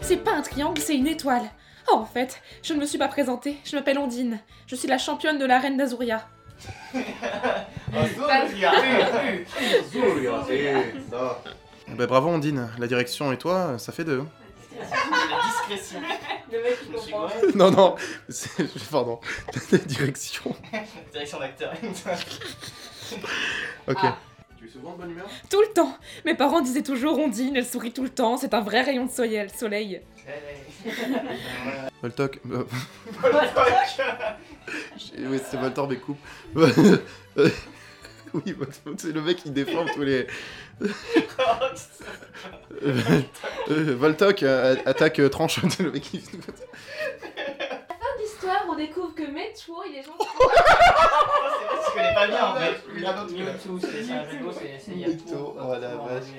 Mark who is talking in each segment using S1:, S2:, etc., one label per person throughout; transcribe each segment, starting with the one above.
S1: C'est pas un triangle, c'est une étoile. Oh, en fait, je ne me suis pas présentée. Je m'appelle Ondine. Je suis la championne de la reine d'Azuria.
S2: Bah, bravo Ondine, la direction et toi, ça fait deux.
S3: La discrétion.
S4: Le mec, il
S3: Je suis
S4: comprend.
S3: grand.
S2: Non, non, c'est- pardon, la direction.
S3: Direction d'acteur.
S2: Ok.
S4: Ah.
S2: Tu es souvent de bonne humeur
S1: Tout le temps. Mes parents disaient toujours Ondine, elle sourit tout le temps. C'est un vrai rayon de soleil. soleil.
S2: Voltoc. euh,
S3: Voltoc.
S2: j'ai- oui, c'est Voltor mais coupe. oui, Voltoc, c'est le mec qui déforme tous les. Euh, euh, Voltoc euh, attaque euh, tranche. le mec qui.
S4: Fin de l'histoire, on découvre que Metro, il est gentil.
S3: C'est vrai, tu connais pas bien en fait.
S5: Ah, Il a d'autres Mewtwo, c'est un rigo, c'est c'est
S2: Mewtwo, oh la vache.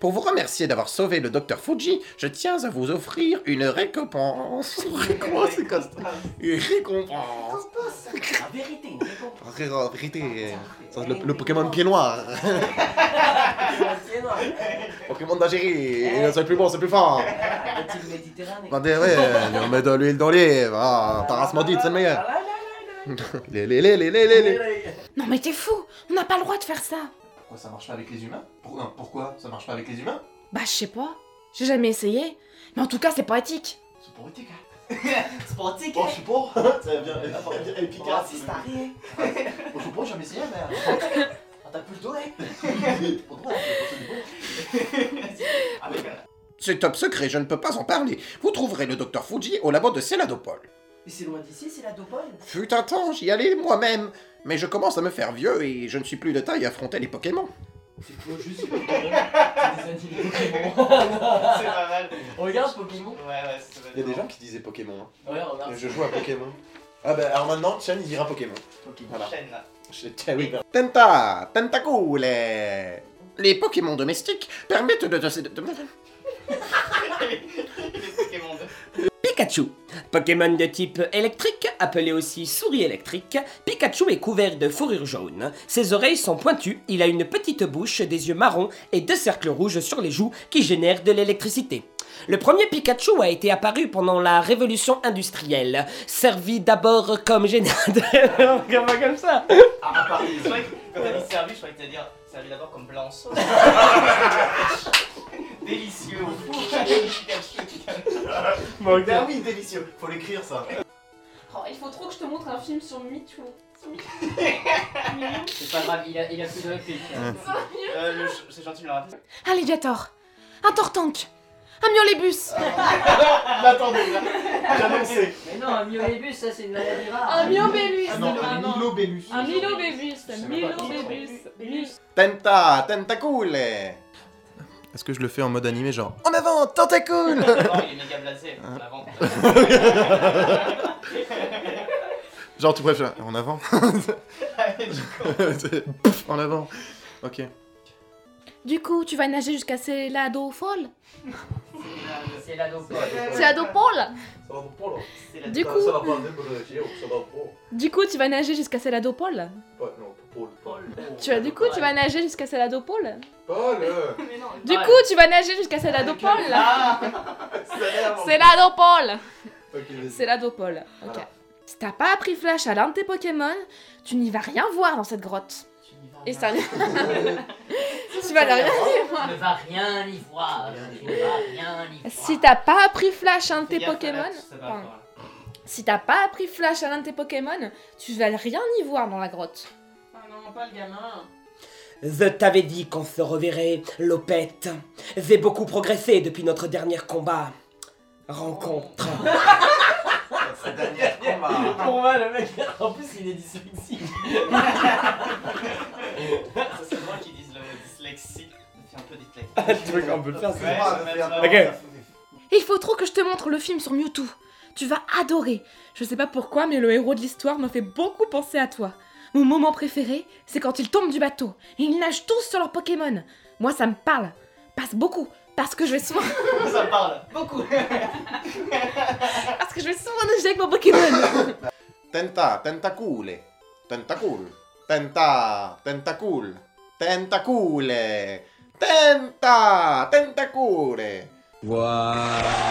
S6: Pour vous remercier d'avoir sauvé le docteur Fuji, je tiens à vous offrir une récompense.
S2: Comment c'est comme ça
S6: Une récompense.
S5: En vérité, une récompense.
S6: Le, le Pokémon pied noir.
S5: Ah, C'est noir.
S6: Pokémon d'Algérie. C'est le plus bon, c'est le plus fort.
S5: La petite Méditerranée.
S6: Attendez, ouais, euh, on met de l'huile d'olive. Ah, parasmodite, c'est le meilleur.
S5: Ah là là.
S6: Les, les, les, les, les, les, les.
S1: Non, mais t'es fou. On n'a pas le droit de faire ça.
S2: Pourquoi ça marche pas avec les humains Pour- non, Pourquoi ça marche pas avec les humains
S1: Bah, je sais pas. J'ai jamais essayé. Mais en tout cas, c'est pas éthique.
S2: C'est pour les gars.
S5: C'est pour tic.
S2: je suis pour Ça vient épique.
S5: Raciste à rien.
S2: Je suis pour, j'ai jamais essayé, mais.
S5: Ah,
S2: On t'a plus le doré
S6: C'est top secret, je ne peux pas en parler. Vous trouverez le docteur Fuji au labo de Céladopol.
S5: Mais c'est loin d'ici, c'est la dopole.
S6: Fut un temps, j'y allais moi-même. Mais je commence à me faire vieux et je ne suis plus de taille à affronter les Pokémon.
S5: C'est quoi juste Pokémon C'est des animés Pokémon.
S3: C'est pas mal.
S5: Regarde Pokémon.
S3: Ouais, ouais, c'est pas mal.
S6: Il y a des gens qui disaient Pokémon. hein.
S5: Ouais, regarde.
S6: Je joue à Pokémon. Ah bah alors maintenant, Chen il dira Pokémon.
S5: Pokémon.
S6: Voilà.
S3: Chaîne, là.
S6: Je- tiens, oui. Tenta, Tentacool. eh. Les Pokémon domestiques permettent de, de- de- de-
S3: Les Pokémon deux.
S7: Pikachu. Pokémon de type électrique, appelé aussi souris électrique, Pikachu est couvert de fourrure jaune. Ses oreilles sont pointues, il a une petite bouche, des yeux marrons et deux cercles rouges sur les joues qui génèrent de l'électricité. Le premier Pikachu a été apparu pendant la révolution industrielle, servi d'abord comme générateur. Comme- comme ça.
S3: Ah, pardon, c'est vrai que quand t'as dit servi, je croyais que t'allais dire servi d'abord comme blanc en sauce. Délicieux au four. Ben
S2: Ah oui, délicieux Faut l'écrire ça
S4: Oh, il faut trop que je te montre un film sur Metro.
S5: C'est pas grave, il a, il a plus de réplique.
S3: Euh, le ch- C'est gentil, il l'a raté.
S1: Un Léviator. Un Tortank. Un Miolébus.
S2: Attendez, là J'annonçais
S5: Mais non, un myolébus, ça c'est une maladie rare.
S4: Un Miobélus.
S2: Ah non, un Milobélus
S4: Un Milobébus.
S2: même pas
S4: Milobébus. Milo-
S6: Tenta, Tentacool. eh.
S2: Est-ce que je le fais en mode animé, genre
S6: En avant, Tentacool.
S3: Non, il est méga blasé.
S2: Ah.
S3: On avance.
S2: Genre tout bref, en avant C'est- Pouf, En avant Ok.
S1: Du coup, tu vas nager jusqu'à Célado Fall
S5: C'est la dopole.
S1: Célado Pole
S3: C'est la
S1: Du coup. Du coup, tu vas nager jusqu'à Célado Pole Tu as du coup, tu vas nager jusqu'à Célado Pole Du coup, tu vas nager jusqu'à Célado Pole Célado Pole Célado Pole. Ok. Si t'as pas appris Flash à l'un de tes Pokémon, tu n'y vas rien voir dans cette grotte.
S5: Tu n'y vas
S1: Et
S5: rien.
S1: ça. tu vas rien
S5: Tu ne vas rien y voir. Tu ne vas rien y voir.
S1: Si t'as pas appris Flash à un de tes
S3: Fais gaffe,
S1: Pokémon,
S3: Alex, ça va,
S1: enfin,
S3: voilà.
S1: si t'as pas appris Flash à l'un de tes Pokémon, tu vas rien y voir dans la grotte.
S4: Ah non, pas le gamin.
S7: Je t'avais dit qu'on se reverrait, Lopette. J'ai beaucoup progressé depuis notre dernier combat. Rencontre.
S3: hein.
S5: Pour moi, le mec, en plus, il est dyslexique.
S3: Ça, C'est moi qui dise le mot dyslexie. Fais un peu dyslexique.
S7: tu veux qu'on peut le faire, Ah, c'est
S3: Ouais,
S2: moi,
S3: je vais
S2: faire-
S3: mettre-
S7: Ok.
S1: Il faut trop que je te montre le film sur Mewtwo. Tu vas adorer. Je sais pas pourquoi, mais le héros de l'histoire me fait beaucoup penser à toi. Mon moment préféré, c'est quand ils tombent du bateau et ils nagent tous sur leur Pokémon. Moi, ça me parle. Passe beaucoup. Parce que je vais souvent,
S3: Ça me parle beaucoup.
S1: parce que je vais souvent nager avec mon Pokémon.
S6: Tenta, Tenta, tentacule. Tentacule. Tenta, tentacule. Tentacule. Tenta, tentacule.
S8: Voilà.